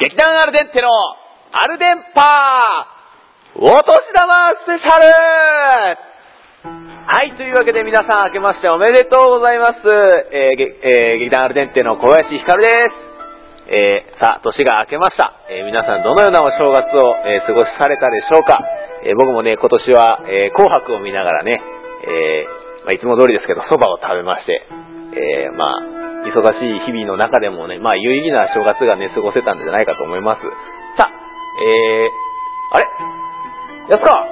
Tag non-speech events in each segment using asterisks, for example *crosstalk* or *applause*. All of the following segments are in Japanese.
劇団アルデンテのアルデンパーお年玉スペシャルはい、というわけで皆さん明けましておめでとうございます。えーげえー劇団アルデンテの小林光です。えーさあ、年が明けました。えー皆さんどのようなお正月を、えー過ごしされたでしょうか、えー僕もね、今年は、えー紅白を見ながらね、えーまあ、いつも通りですけど、蕎麦を食べまして、えーまあ、忙しい日々の中でもね、まあ、有意義な正月がね、過ごせたんじゃないかと思います。さあ、えー、あれ安川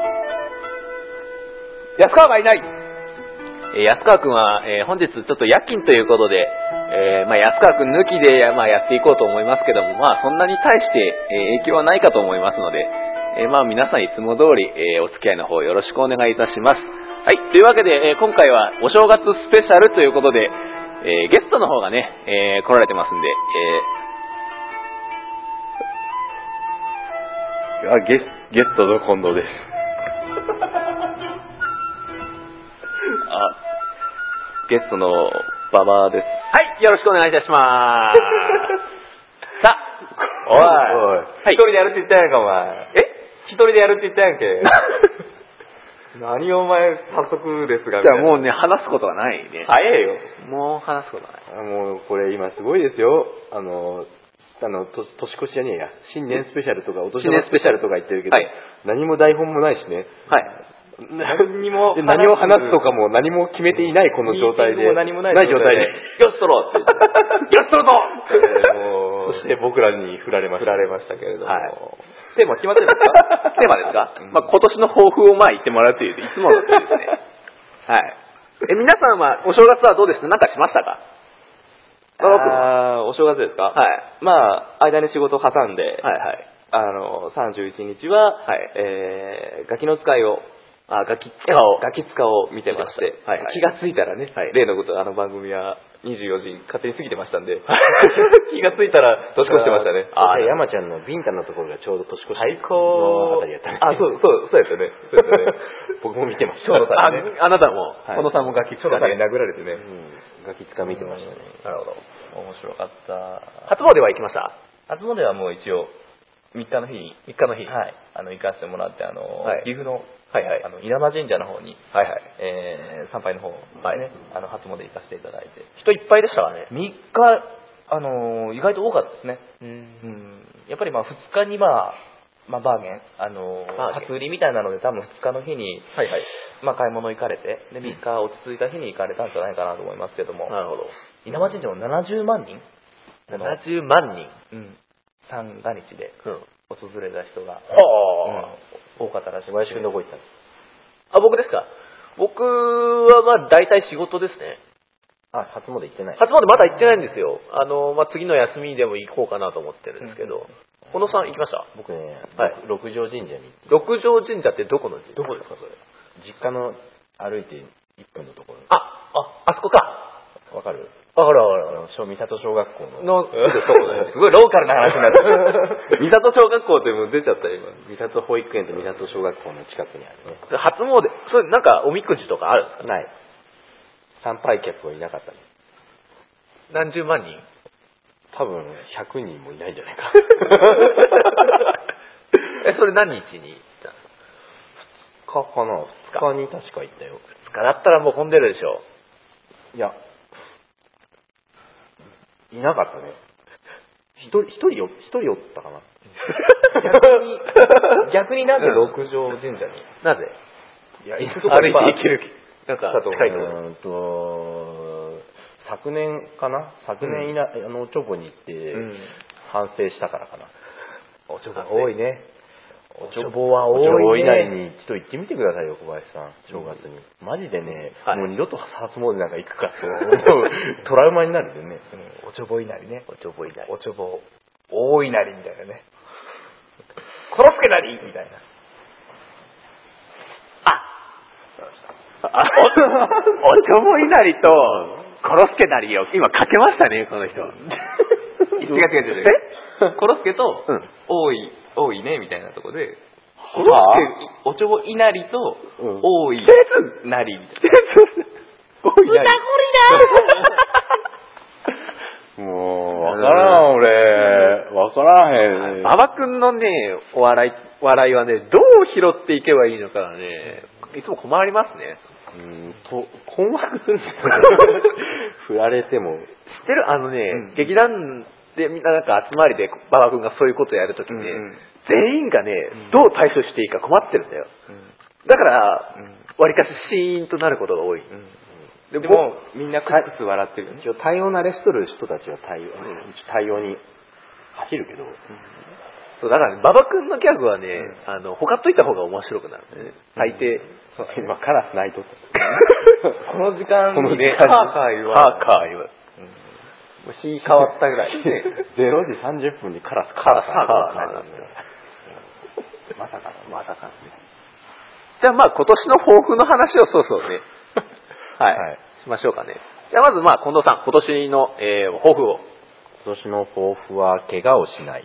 安川がいないえー安川くんは、えー本日ちょっと夜勤ということで、えーまあ、安川くん抜きで、まあ、やっていこうと思いますけども、まあ、そんなに対して、えー影響はないかと思いますので、えーまあ、皆さんいつも通り、えーお付き合いの方よろしくお願いいたします。はい、というわけで、えー今回はお正月スペシャルということで、えーゲストの方がね、えー来られてますんで、あ、ゲスゲストの近藤です。えーあゲストの馬場です。はい、よろしくお願いいたしまー *laughs* す。さあ、おいはい一人でやるって言ったやんか、お前。え一人でやるって言ったやんけ。何をお前、早速ですが、じゃあう。もうね、話すことはないね。早えよ。もう話すことはない。あもう、これ今すごいですよ。あの、あの、と年越しじゃねえや。新年スペシャルとか、お年新年玉スペスペシシャャルルとか言ってるけど、はい何も台本もないしね。はい。何にもで何を話すとかも何も決めていないこの状態で。ミーティングも何もない状状態態でで。よしとろうって言ってよしとろえーうもうそして僕らに振られま振した。られましたけれども。はいテーマ決まってるんです *laughs* かとテーマですか、まあ、今年の抱負をまあ言ってもらうという、いつものことですね。 *laughs* はい。え、皆さんはお正月はどうでしたなんかしましたかはあーお正月ですか。はいまあ、間に仕事を挟んで、いはい。あの、31日は、はいえー、ガキの使いを、あ、ガキ使おう。ガキ使を見てまして見てましたはいはい気がついたらね、はい例のことあの番組は24時勝手に過ぎてましたんで、 *laughs* 気がついたら年越してましたね。ああ、や山ちゃんのビンタのところがちょうど年越し最高のあたりやったねあ、そう、そう、そうやったね。そうやったね。 *laughs* 僕も見てました。そうだあねあなたも。はいこのさんもガキ使ちょっとで。ね、殴られてね。うんガキつか見てましたね。なるほど。面白かった。初詣は行きました初詣はもう一応、3日の日に、 3日の日。はい、あの、行かせてもらって、あの、はい岐阜の、はいはいあの、稲葉神社の方に、はいはい。えー参拝の方、ね、はいあの、初詣行かせていただいて、人いっぱいでしたからね。 3日、あのー意外と多かったですね。うん。やっぱりまあ2日にまあ、まあバーゲン、あのーバーゲン初売りみたいなので多分2日の日に、はいはい。まあ買い物行かれて、で3日落ち着いた日に行かれたんじゃないかなと思いますけども、なるほど。稲葉神社も70万人この70万人。うん。三が日でうん。訪れた人が、はあ、うん多かったらしい。小林くんどこ行ったんですあ、僕ですか僕はまあ大体仕事ですね。かあ、初詣行ってない。初詣まだ行ってないんですよ。あの、まあ、次の休みでも行こうかなと思ってるんですけど。小野さん行きました僕ね、はい六六条神社に六条神社ってどこの神社どこですかそれ。実家の歩いて1分のところあ、あ、あそこか。わかるわかるわかるあわかの小三里小学校る。の、のすぐそこだよすごいローカルな話になって *laughs* る。三里小学校ってもう出ちゃったよ、三今。里保育園と三里小学校の近くにあるね初詣、それなんかおみくじとかあるんですかない参拝客はいなかったね何十万人多分100人もいないんじゃないか *laughs* え、それ何日に行ったんですかかかな2日に確か行ったよ二日だったらもう混んでるでしょ。いやいなかったね一人一人よ一人おったかな逆になんでうん六条神社に、なぜいや歩いて行ける。なんかだ、と思う近いところ。うーんと昨年かな昨年いな、あのチョコに行って、ん反省したからかなおちょこ多いね。おちょぼは多い、ね。以内に一度行ってみてくださいよ、小林さん。正月に。マジでね、はいもう二度と初詣なんか行くかと思うトラウマになるよね。おちょぼいなりね。おちょぼ以内。おちょぼ、大いなりみたいなね。コロスケなりみたいな。あお、 *laughs* おちょぼいなりと、コロスケなりを今かけましたね、この人。 *laughs* 違う違う違う違うコロスケと、うん多い、多いね、みたいなとこで、ココロスロスケ、おちょぼいなりと、うん多い季節なりみたいな。おいなり。*laughs* *laughs* もう、わからん、俺。わわからへん。馬場くんのね、お笑い、笑いはね、どう拾っていけばいいのかね、いつも困りますね。うんと、困惑するん *laughs* ですよ。振られても。知ってるあのね、ん劇団でみんななんか集まりで馬場くんがそういうことをやるときね、うんうん全員がね、どう対処していいか困ってるんだよ。うんだからうん、わりかしシーンとなることが多い。でも、みんなクスクス笑ってるよね。一応対応慣れしとる人たちは対応、一応対応に走るけど、そう、だからね、馬場くんのギャグはね、あの、他といた方が面白くなるんだよね。大抵。 *laughs* 今カラスないと。この時間このに時間にハーカー言わハーカー言わもう日変わった *laughs* ぐらい。 0時30分にカラス、カラスカラカラススないまさかの、まさかのね。じゃあまあ今年の抱負の話をそうそう *laughs* ね。はい、はいしましょうかね。じゃあまずまあ近藤さん、今年の、えー抱負を。今年の抱負は怪我をしない。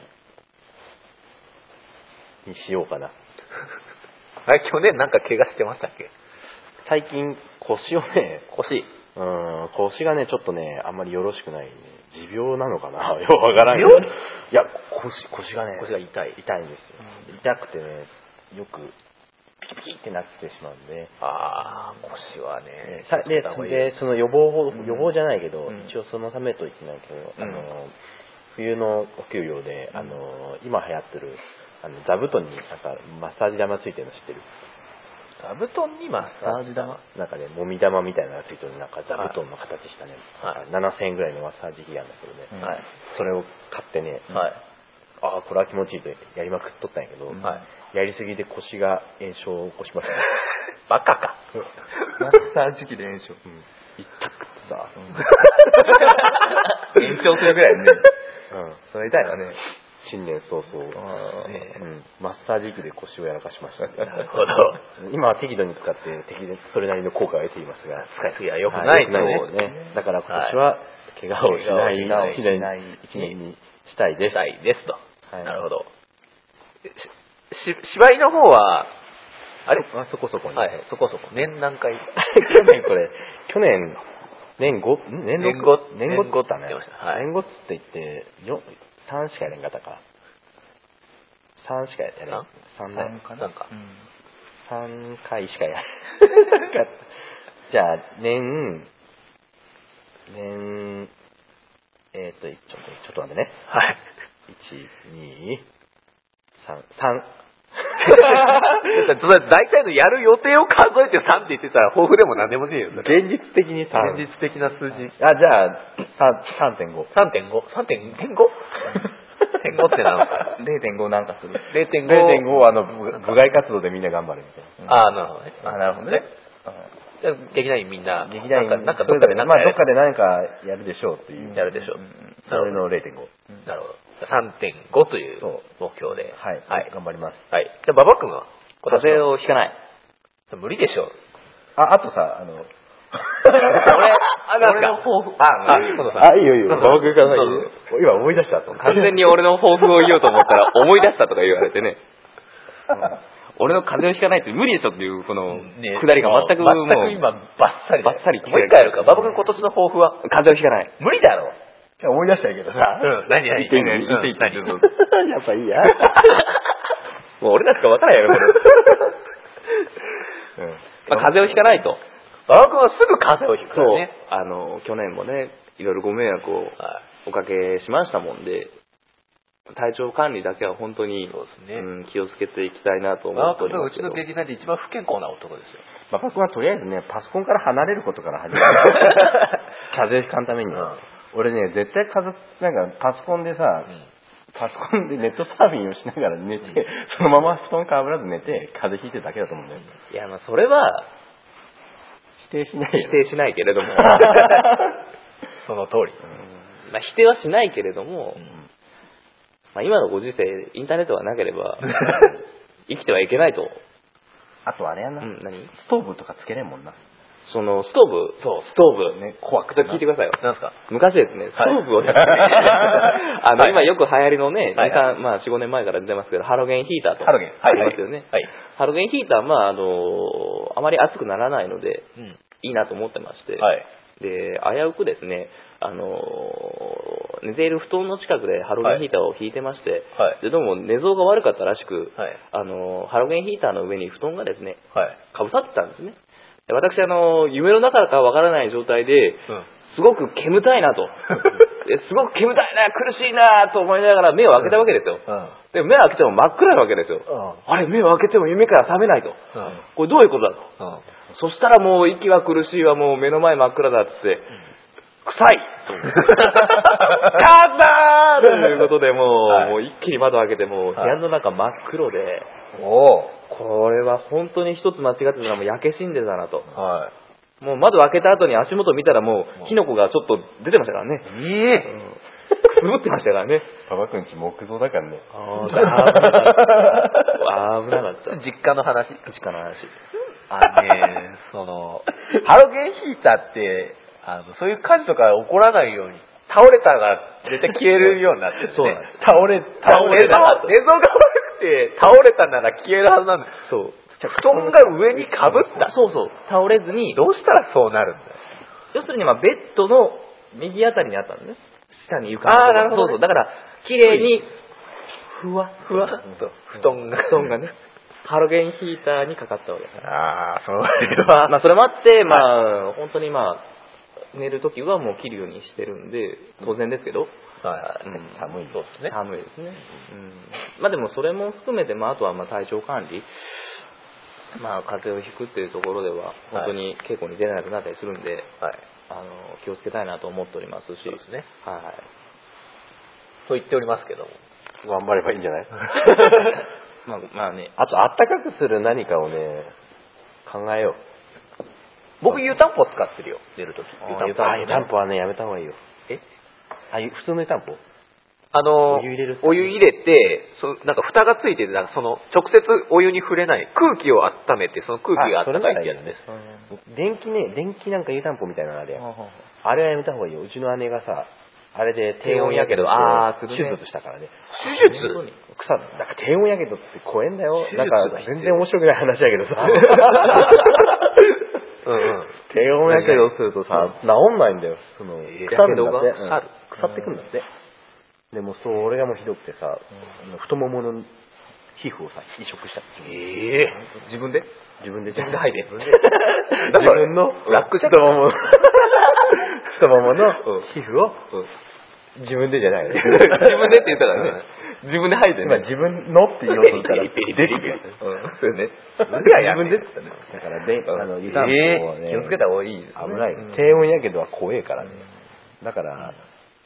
にしようかな。 *laughs* あれ、去年なんか怪我してましたっけ最近腰をね、腰。うーん、腰がね、ちょっとね、あんまりよろしくない、ね。持病なのかな *laughs* よくわからんけど。持病いや、腰、腰がね、腰が痛い痛いんですよ。痛くてね、よく、ピキピキってなってしまうんで。ああ、腰はねね、さで、でその予防法、予防じゃないけど、うん一応そのためと言ってないけど、うんあの、冬のお給料で、あの、今流行ってる、あの、座布団に、なんか、マッサージ玉ついてるの知ってる座布団にマッサージ玉なんかね、もみ玉みたいなのがついてる、なんか座布団の形したね、はいなんか7000円ぐらいのマッサージ器なんだけどね、うんはい。それを買ってね、はい。ああ、これは気持ちいいとやりまくっとったんやけど、はやりすぎで腰が炎症を起こしました。バカか。マッサージ機で炎症。うん痛くてさ、 *laughs* 炎症するぐらいね。うんそれ痛いわね。新年早々、あーうんマッサージ器で腰をやらかしました、なるほど *laughs* 今は適度に使って適度それなりの効果を得ていますが使いすぎは良くないとは良くないねだから今年は怪我をしない怪我をしな一い年一年にしたいですしたいですと。はいなるほど。し、し芝居の方は、あれあそこそこに、はい、そこそこ。年何回 *laughs* 去年これ去年年5年年五五年5っつった年ね五って言ってましたはい年5っつって言ってよ3しかやれんかったか3しかやったね3だよなんかなんかうん3回 *laughs* しかやじゃあ、年、年、えっ、と、ちょっと、ちょっと待ってね。はい。 1、2、3、3。 *laughs* *laughs* だからそれ大体のやる予定を数えて3って言ってたら豊富でも何 *laughs* でもねえよ、それ。現実的に3。現実的な数字。あ、じゃあ、さ3.5。 3.5。3.5? *laughs* 点5ってなのか。 0.5なんかする。 0.5。 0.5は、あの、部部外活動でみんな頑張れみたいな。ああ、なるほどね。あ、なるほどね。うんじゃあ劇団員みんな、劇団員なんか、なんかどっかでなんかまあ、どやっかで何かやるでしょうっていう。やるでしょう。うんうんそれの0.5。なるほど。3.5というそう目標で。はい。はい。頑張ります。はい。じゃあ、馬場君は風邪をひかない。無理でしょう。あ、あとさ、あの、俺、あ、なん俺かの抱負あ、あ、そうそうあ、いいよいいよ。そうそう馬場君からさそうそう今思い出したと思って。完全に俺の抱負を言おうと思ったら、思い出したとか言われてね。俺の風邪をひかないって無理でしょっていう、この、ねくだりが全くもう、全く今、バッサリだよ。バッサリ来てもう一回やるか。馬場君今年の抱負 *laughs* は風邪をひかない。無理だろ。いや思い出したんやけどさ。うん、何何言っていいの言っていいの何 *laughs* ちょっやっぱいいや。もう俺なんかわからんやろ、これ。 *laughs* うんまあ、風邪をひかないと。馬場君はすぐ風邪をひくかそらうね。。あの、去年もね、いろいろご迷惑をはおかけしましたもんで、体調管理だけは本当に、そうですねん気をつけていきたいなとい。思馬って場おり君ますけどはうちの。劇団で一番不健康な男ですよ。馬場君はとりあえずね、パソコンから離れること *laughs* から始める。風邪ひかんためには。俺ね、絶対風邪、なんかパソコンでさ、んパソコンでネットサーフィンをしながら寝て、そのまま布団かぶらず寝て、風邪ひいてるだけだと思うんだよ。いや、まあ、それは、否定しない否よ。定しないけ *laughs* *laughs* れども、その通り。まあ、否定はしないけれども、まあ、今のご時世、インターネットがなけれ *laughs* ば、生きてはいけないと。あとあれやうな、ん、何ストーブとかつけれんもんな。その、ストーブ、そう、ストーブ、ね、怖くちょっと聞いてくださいよ。なんすか昔ですね、ストーブをですね、あの、今よく流行りのね、はいは2 3まあ、4、5年前から出てますけど、ハロゲンヒーターと。ハロゲンあはいりますよね。はい。ハロゲンヒーター、まあ、あの、あまり熱くならないので、うん。いいなと思ってまして、はい。で、危うくですね、あのー寝ている布団の近くでハロゲンヒーターを引いてまして、はいでどうも寝相が悪かったらしく、はいあのーハロゲンヒーターの上に布団がですね、はい。かぶさってたんですね。で私、あのー夢の中かわからない状態で、すごく煙たい *laughs* なと。ですごく煙たいな、苦しいなと思いながら目を開けたわけですよ。うん。でも目を開けても真っ暗なわけですよ。うあれ、目を開けても夢から覚めないと。ん。これどういうことだと。うん。そしたらもう息は苦しいわ、もう目の前真っ暗だっつ *laughs* って、臭い *laughs* 勝ったーということでもう、はいもう一気に窓開けてもう部はい屋の中真っ黒で、おお。これは本当に一つ間違ってたらもう焼け死んでたなと。はもう窓開けた後に足元見たらもう火の粉がちょっと出てましたからね。い。いいく *laughs* すぶってましたからね。パパくんち木造だからね。あ *laughs* あ、危なかった。危なかっ実家の話。た。口から話。あのね、その、ハロゲンヒーターって、あの、そういう火事とか起こらないように、倒れたが絶対消えるようになってて、そうなんで倒れ、倒れ、寝倒れた相寝相が悪くて、倒れたなら消えるはずなんだ。そう。布団が上に被った。そうそう。倒れずに、どうしたらそうなるんだよ。要するに、まあ、ベッドの右あたりにあったんですね。下に床のとこあーなるほどねそうそう。だから、綺麗に、ふわ、ふわっと、布団が。布団 *laughs* がね、ハロゲンヒーターにかかったわけです。ああ、それは。 *laughs* まあ、それもあって、まあ、本当にまあ、寝るときはもう切るようにしてるんで、当然ですけはど、いうん寒い。そうですね。寒いですね。うん。まあでもそれも含めて、まああとはまあ体調管理、まあ風邪をひくっていうところでは、本当に稽古に出れなくなったりするんで、はい。あの気をつけたいなと思っておりますし、そうですね。はい。と言っておりますけども。 *laughs* 頑張ればいいんじゃない *laughs* まあ、まあね、あと、あったかくする何かをね、考えよう。僕、湯たんぽ使ってるよ、寝るとき。あ湯たんぽあ、湯たんぽはね、やめた方がいいよ。えあ、ゆ普通の湯たんぽあの、お湯入れるお湯入れて、そなんか蓋がついてて、なんかその、直接お湯に触れない、空気を温めて、その空気があそ温れかないらってやついいでよす。電気ね、電気なんか湯たんぽみたいなのあれや。あれはやめた方がいいよ。うちの姉がさ、あれで低温やけど、低温やけどあーするね手術したからね。手術草、なんか低温やけどって怖えんだよ。手術ながんか全然面白くない話だけどさ。 *laughs* うんうん。低温やけどするとさ、治んないんだよ。その、腐えーるんだって。やけどがうん腐ってくんだって。でもそう、俺がもうひどくてさ、太ももの皮膚をさ、移植した。ええ自分で自分で自分で吐いて。自分のラックじゃ太もも、太ももの皮膚を、自分でじゃないよ。自分でって言ったからね。自分で吐いて今ね。自分のって言おうとしたら、ピ出リピリてピリピリくる。うん。そうね。自分で自分でって言ったね。だから、で、あの、湯たんぽをええね、気をつけた方がいいですね。危ないよう。ん低温やけどは怖えからね。だから、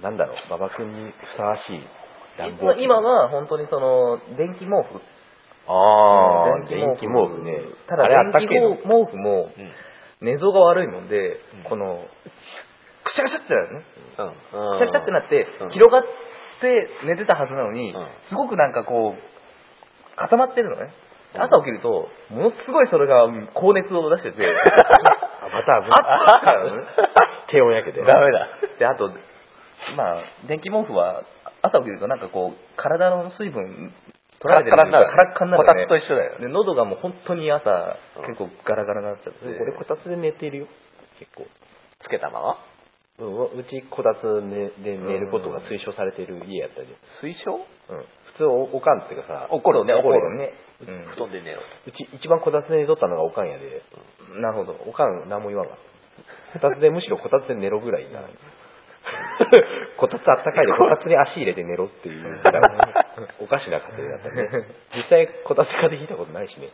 なんだろう、馬場君にふさわしい暖房器。今は本当にその、電気毛布。ああ、電電気気毛毛布布ね。ただあれあった電け気えの毛布も、寝相が悪いもんで、この、くしゃくしゃってなるね。うくん。しゃくしゃってなってうん、広がって寝てたはずなのにうん、すごくなんかこう、固まってるのね。朝起きると、ものすごいそれがうん高熱を出してて、あまた危あったない。低温やけど。ダメだ。で、あと、まあ、電気毛布は、朝起きるとなんかこう、体の水分取られてるカラッカラになるカラッカラになる、ね。こたつと一緒だよで、喉がもう本当に朝、結構ガラガラになっちゃって。俺こたつで寝てるよ結構つけたままうんうちこたつねで寝ることが推奨されてる家やったり、推奨うん、普通おおかんっていうかさ怒るね、怒怒るるね。ね。うん布団で寝ろ。うち一番こたつで寝とったのがおかんやでなるほど。おかん何も言わんかったこたつでむしろこたつで寝ろぐらいなこたつあったかいでこたつに足入れて寝ろっていう *laughs* おかしな家庭だったね実際こたつ風邪ひいたことないしね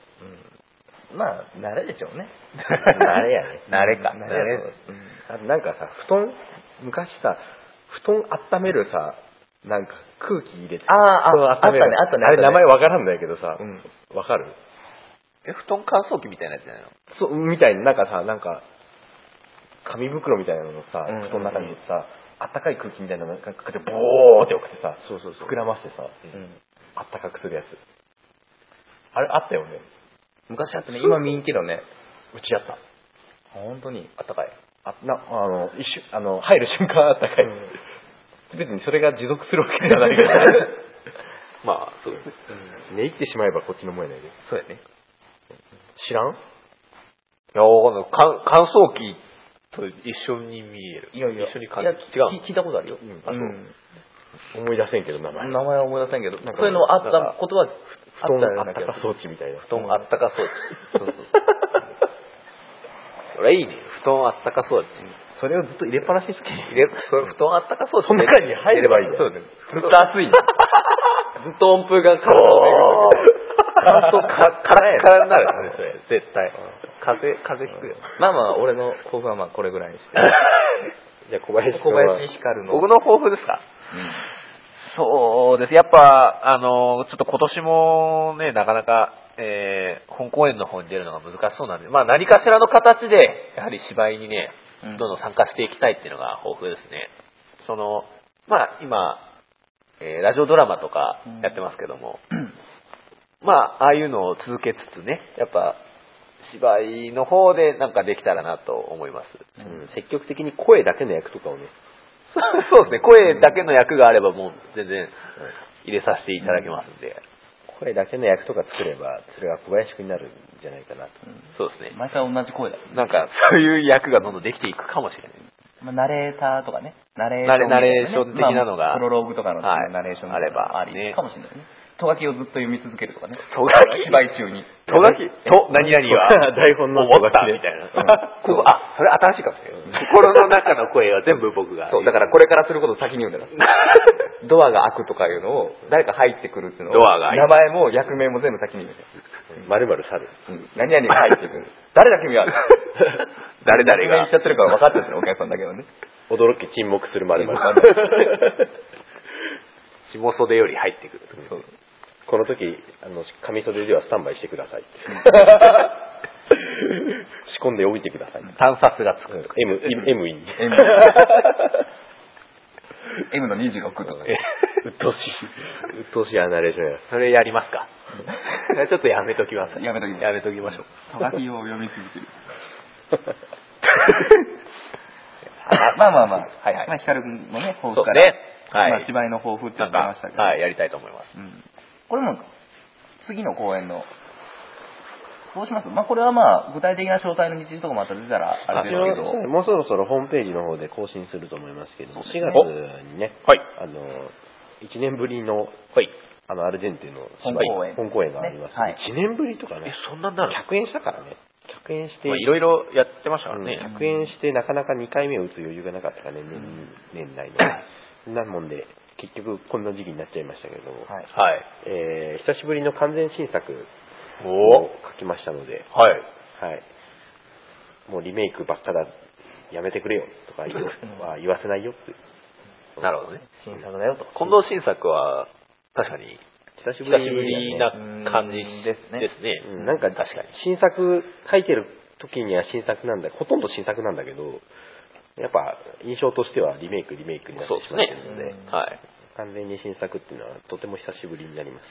まあ、慣れでしょうね。慣れやね慣れか。慣慣れれだと。あとなんかさ、布団、昔さ、布団温めるさ、なんか空気入れて。ああ布団ああったねあったねああれったね名前わからんだけどさう、ん。わかるえ、布団乾燥機みたいなやつじゃないのそう、みたいになんかさ、なんか、紙袋みたいなのをさ、うん布団の中にさ、あったかい空気みたいなのがかかって、ボーって送ってさ、そうそうそう膨らませてさ、うん。あったかくするやつ。あれあったよね。昔あったね、今見んけどね。うちやった。本当に、あったかい。あなあの一瞬あの入る瞬間あったかい、別にそれが持続するわけじゃない *laughs* からまあ、そうですね。寝入ってしまえばこっちのもんやないでそうやね。知らんいや、わかんない。乾乾燥機と一緒に見える。いやいや、一緒に感いやじる。違う。聞いたことあるよ。んあと、思い出せんけど、名前。名前は思い出せんけど、なんかそういうのもあっなんかたことは、布団ああったようったかな気がす装る。置みたいな。布団あったかそうそうそうそれいいね。布団あったかそうだし。それをずっと入れっぱなしにつけ入れそれ布団あったかそうだしその中に入ればいいんだそうよだね。ずっと暑い。ずっと音符が体を乾燥か、カラッカラになるよね、それ絶対。風邪、風邪ひくよ。まあまあ、俺の抱負はまあ、これぐらいに *laughs* して。じゃあ小林小君林は。ひかるの。僕の抱負ですか、そうです。やっぱ、あの、ちょっと今年もね、なかなか、えー本公演の方に出るのが難しそうなんで、まあ何かしらの形で、やはり芝居にね、うんどんどん参加していきたいっていうのが抱負ですね。その、まあ今、えーラジオドラマとかやってますけども、まあ、ああいうのを続けつつね、やっぱ、芝居の方でなんかできたらなと思います。うん積極的に声だけの役とかをね。 *laughs* そうですね、声だけの役があればもう全然入れさせていただきますんで、声だけの役とか作れば、それが小林君になるんじゃないかなと。そうですね。毎回同じ声だ。なんか、そういう役がどんどんできていくかもしれない。 *laughs* まあ、ナレーターとかね。ナレナレナレーション的なのがまあプロローグとかのはいナレーションあればありねかもしれないね。トガキをずっと読み続けるとかね。トガキ芝居中に。とがき、と、何々 *laughs* は、台本の思ったトガキねみたいな。うん *laughs* ここあ、それ新しいかもしれない。心の中の声は全部僕が。そう、だからこれからすることを先に言うんだよ。ドアが開くとかいうのを、誰か入ってくるっていうのを、ドアが開いて名前も役名も全部先に言うんだよ。まるまる猿。うん何々が入ってくる。 *laughs* 誰だ君は *laughs* 誰々が言っちゃってるから分かってるんですよお客さんだけどね。驚き沈黙する *laughs* まるま沈る。下袖より入ってくる。そうこの時、あの、上袖ではスタンバイしてく *laughs* ださい。仕込んでおいてください。観察がつく。 M、M イン。 M M の26とか。うっとうしい。うっとうしいアナレーションや。それやります *laughs* か。ちょっとやめときます。やめときますやめときましょう。トガキを読み続ける。まあまあまあ、はいはい。まあ、ヒカル君もね、抱負そうから、ね。はい。まあ芝居の抱負って言なっんてましたけか、ど、はい、やりたいと思います。うん、これも、次の公演の、どうしますまあ、これはまあ、具体的な詳細の日時とかまた出たら、あれですけど、もうそろそろホームページの方で更新すると思いますけども、4月にね、はいあの、1年ぶりの、はい。あの、アルゼンチンの本公演本公演があります。ねはい1年ぶりとかね、そんなんな100円したからね、100円して、まあいろいろやってましたかうらんね。 100円してなかなか2回目を打つ余裕がなかったからね、年年内に。なもんで、結局こんな時期になっちゃいましたけども、はい。はい。えー久しぶりの完全新作おをお。書きましたので、はい。はい。もうリメイクばっかだ、やめてくれよと *laughs* か言うは言わせないよって。なるほどね。新作だよと。近藤新作は、確かに、久久ししぶぶり,、りな感じうんでですすね。ねうん、なんか確かに。新作書いてる時には新作なんだ、ほとんど新作なんだけど、やっぱ印象としてはリメイクリメイクになってそうでしすまってるので、ね。はい。完全に新作っていうのはとても久しぶりになります。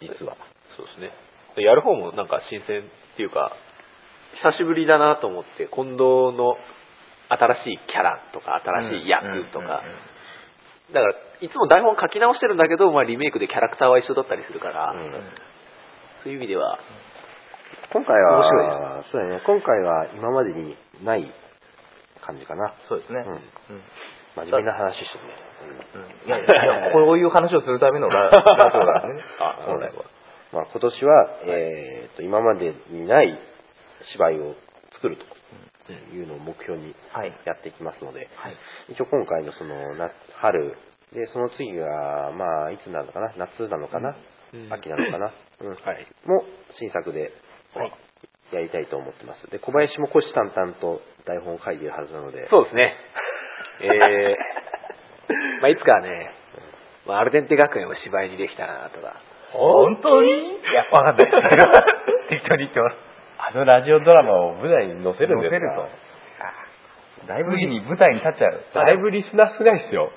実は。そうですね。やる方もなんか新鮮っていうか、久しぶりだなと思って、近藤の新しいキャラとか、新しい役とかうんうんうん、だから、いつも台本書き直してるんだけど、まあ、リメイクでキャラクターは一緒だったりするから、うんそういう意味では、今回面は、そうだね、今回は今までにない感じかな。そうですうね。ん。うん真面目な話してるね。うんいやいや、こういう話をするためのララジオだ *laughs* *laughs* からね。あ本来はまあ、今年は、えーと今までにない芝居を作るというのを目標にはいやっていきますので、はい。一応今回のその夏春でその次がまあいつなのかな夏なのかな、うん秋なのかな、うんはいも新作ではいやりたいと思ってますで小林も虎視眈々と台本を書いてるはずなのでそうですね。 *laughs* えー、まあ、いつかはね、まあ、アルデンテ学園を芝居にできたらなとか、本当にいや、わかんない。適当に言ってます。あのラジオドラマを舞台に載せるんですか載せると。だいぶついに舞台に立っちゃう。だいぶリスナー少ないですよ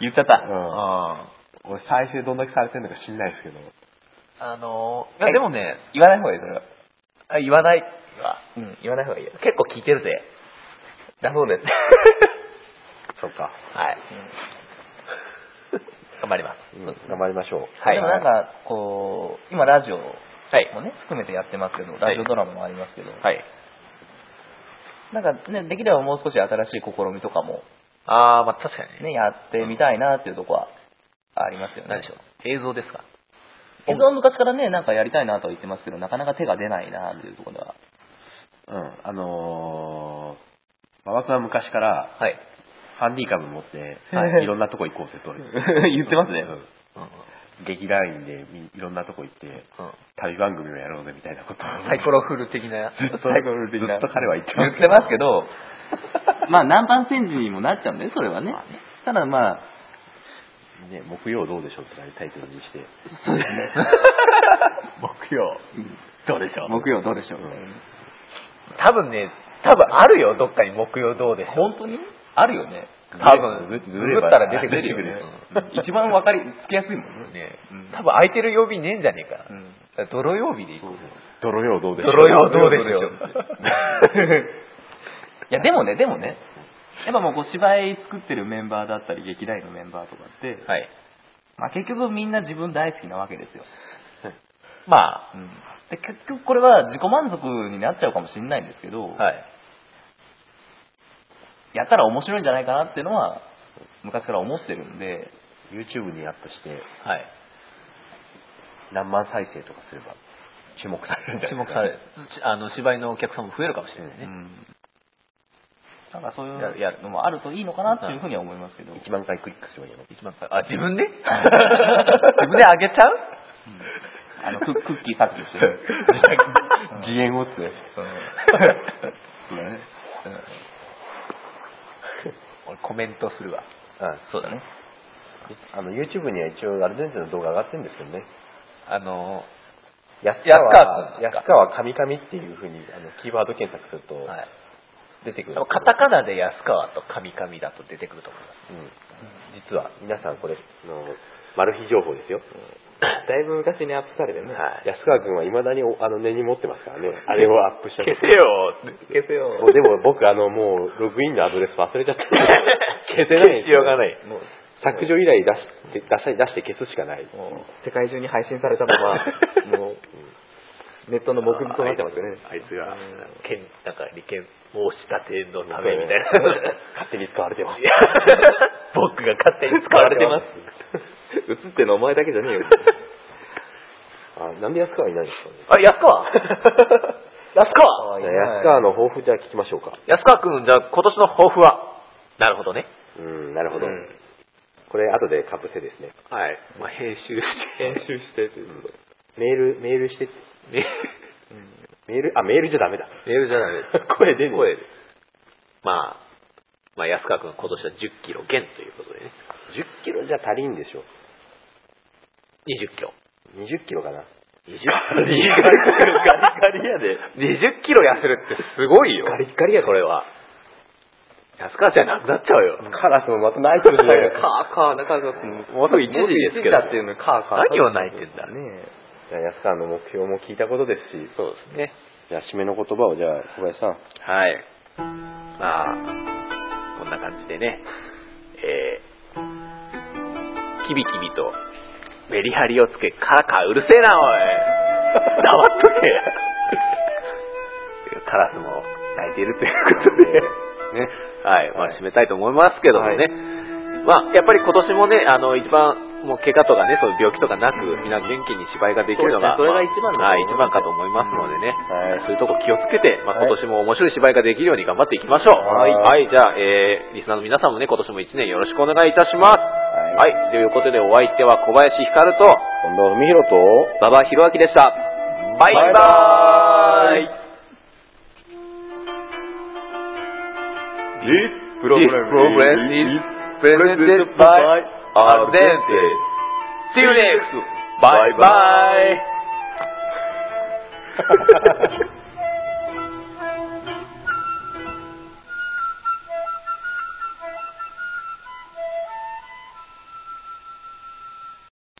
言っちゃった。うんあ俺最終どんだけされてるのか知んないですけどあのーいやでもね、言わない方がいい、それは。言わないわ。うん、言わない方がいいよ。結構聞いてるぜ。だそうです。そうか、はい。頑張ります。うん、頑張りましょうはいでもなんか、こう、今ラジオもね、はい。含めてやってますけど、はいラジオドラマもありますけど、はい。なんかね、できればもう少し新しい試みとかもあー、まあ確かにね。ね、やってみたいなっていうとこはありますよ何でねし。ょう。映像ですか映像は昔からね、なんかやりたいなとは言ってますけど、なかなか手が出ないなっていうところでは。うん、あのー、馬場君は昔から、はい。ハンディカム持って、はいい、ろんなとこ行こうぜと。言ってますねうんうんうん劇団員でみいろんなとこ行って、うん旅番組をやろうぜみたいなことを。サイコロフル的な。ずっと、サイコロ的ずなっと彼は言って *laughs* 言まってますけど、まあ、南蛮戦時にもなっちゃうんだよ、それはね。ただまあ、す。ね、木曜どうでしょうってタイトルにして。そうですね。木曜、どうでしょう木曜どうでしょう、多分ね、多分あるよ、どっかに木曜どうでしょう。本当にあるよね。多分、グずずれグったら出てくるよね。一番わかり、つきやすいもんね。うんねうん多分空いてる曜日ねえんじゃねえかな。んだから泥曜日で行こう。泥曜どうでしょう泥曜どうでしょう。 *laughs* いや、でもね、でもね、やっぱもうこう芝居作ってるメンバーだったり、劇団員のメンバーとかって、はい。まあ結局みんな自分大好きなわけですよ。 *laughs* まあ、うん、で結局これは自己満足になっちゃうかもしれないんですけど、はい。やったら面白いんじゃないかなっていうのは、昔から思ってるんで、 *laughs* YouTube にアップして、はい。何万再生とかすれば、注目されるんじゃ注ない目ですさか。れる。あの、芝居のお客さんも増えるかもしれないうね。ん、なんかそういやうやるのもあるといいのかなっていうふうには思いますけど、 1万回クリックすればいいの。一番あ、自 *laughs* 分で自分であげちゃうあのククッキー削除してる。次元をつね。俺コメントするわ。うんそうだね。あの、YouTube には一応アルゼンチンの動画上がってるんですけどね。あの、安安川川、君ですか安川神々っていうふうに、あの、キーワード検索すると、はい。出てくるん多です分けカタど。カナで安川とカミカミだと出てくると思いまうん。実は、皆さんこれ、あの、マル秘情報ですよ。だいぶ昔にアップされてね。安川君は未だにおあの根に持ってますからね。あれをアップしたす。よ消せよもうでも僕、あの、もう、ログインのアドレス忘れち *laughs* ゃった。消せない。必要がない。もう削除依頼出して、出し出して消すしか *laughs* ない。世界中に配信されたま *laughs* ま、もう、ネットの目標となってますよね。あいつが、剣、なんか利権申し立てのためみたい *laughs* な。勝手に使われてますい。や僕が勝手に使われてます。 *laughs* 映ってるのお前だけじゃねえよ。あ、なんで安川いないんですかね。あ、安 *laughs* 川安川いじゃあ安川の抱負じゃあ聞きましょうか。安川くん、じゃあ今年の抱負はなるほどね。うん、なるほど。うんこれ、後でかぶせですね。はい。まあ、編集して。編集してということで。メール、メールして、メメール、あ、メールじゃダメだ。ールじゃダメです。声出ねえ声で。まあ、まあ、安川くん今年は10キロ減ということでね。 10キロじゃ足りんでしょ。 20キロ。 20キロかな。 20キガロリガリやで。 20キロ痩せるってすごいよ。ガリッガリやこれは。安川じゃなくなっちゃうよ。カラスもまた泣いてるじゃないか。カーカー、なかなか、もうすぐ一時ですもうすぐ一時けどだっていうのにカーカー。何を泣いてんだねじゃあ安川の目標も聞いたことですし、そうですね。じゃあ締めの言葉をじゃあ小林さん。はい。まあ、こんな感じでね、えー、キビキビとメリハリをつけ、カーカーうるせえな、おい。 *laughs* 黙っとけ。 *laughs* カラスも泣いているという *laughs* ことで、ね。はい、まあ締めたいと思いますけどもね。はいまあ、やっぱり今年もね、あの、一番、もう怪我とかね、そういう病気とかなく、みんな元気に芝居ができるのが、そうですねそれが一番だと思いますまあはい、一番かと思いますのでね、はいそういうとこ気をつけて、まあ、はい今年も面白い芝居ができるように頑張っていきましょう。はい。じゃあ、えー、リスナーの皆さんもね、今年も一年よろしくお願いいたします。はいい、ということでお相手は小林光と、近藤文宏と、馬場博明でした。バイババイバーイプログラム is presented by Ardente. See *laughs* you next. Bye bye.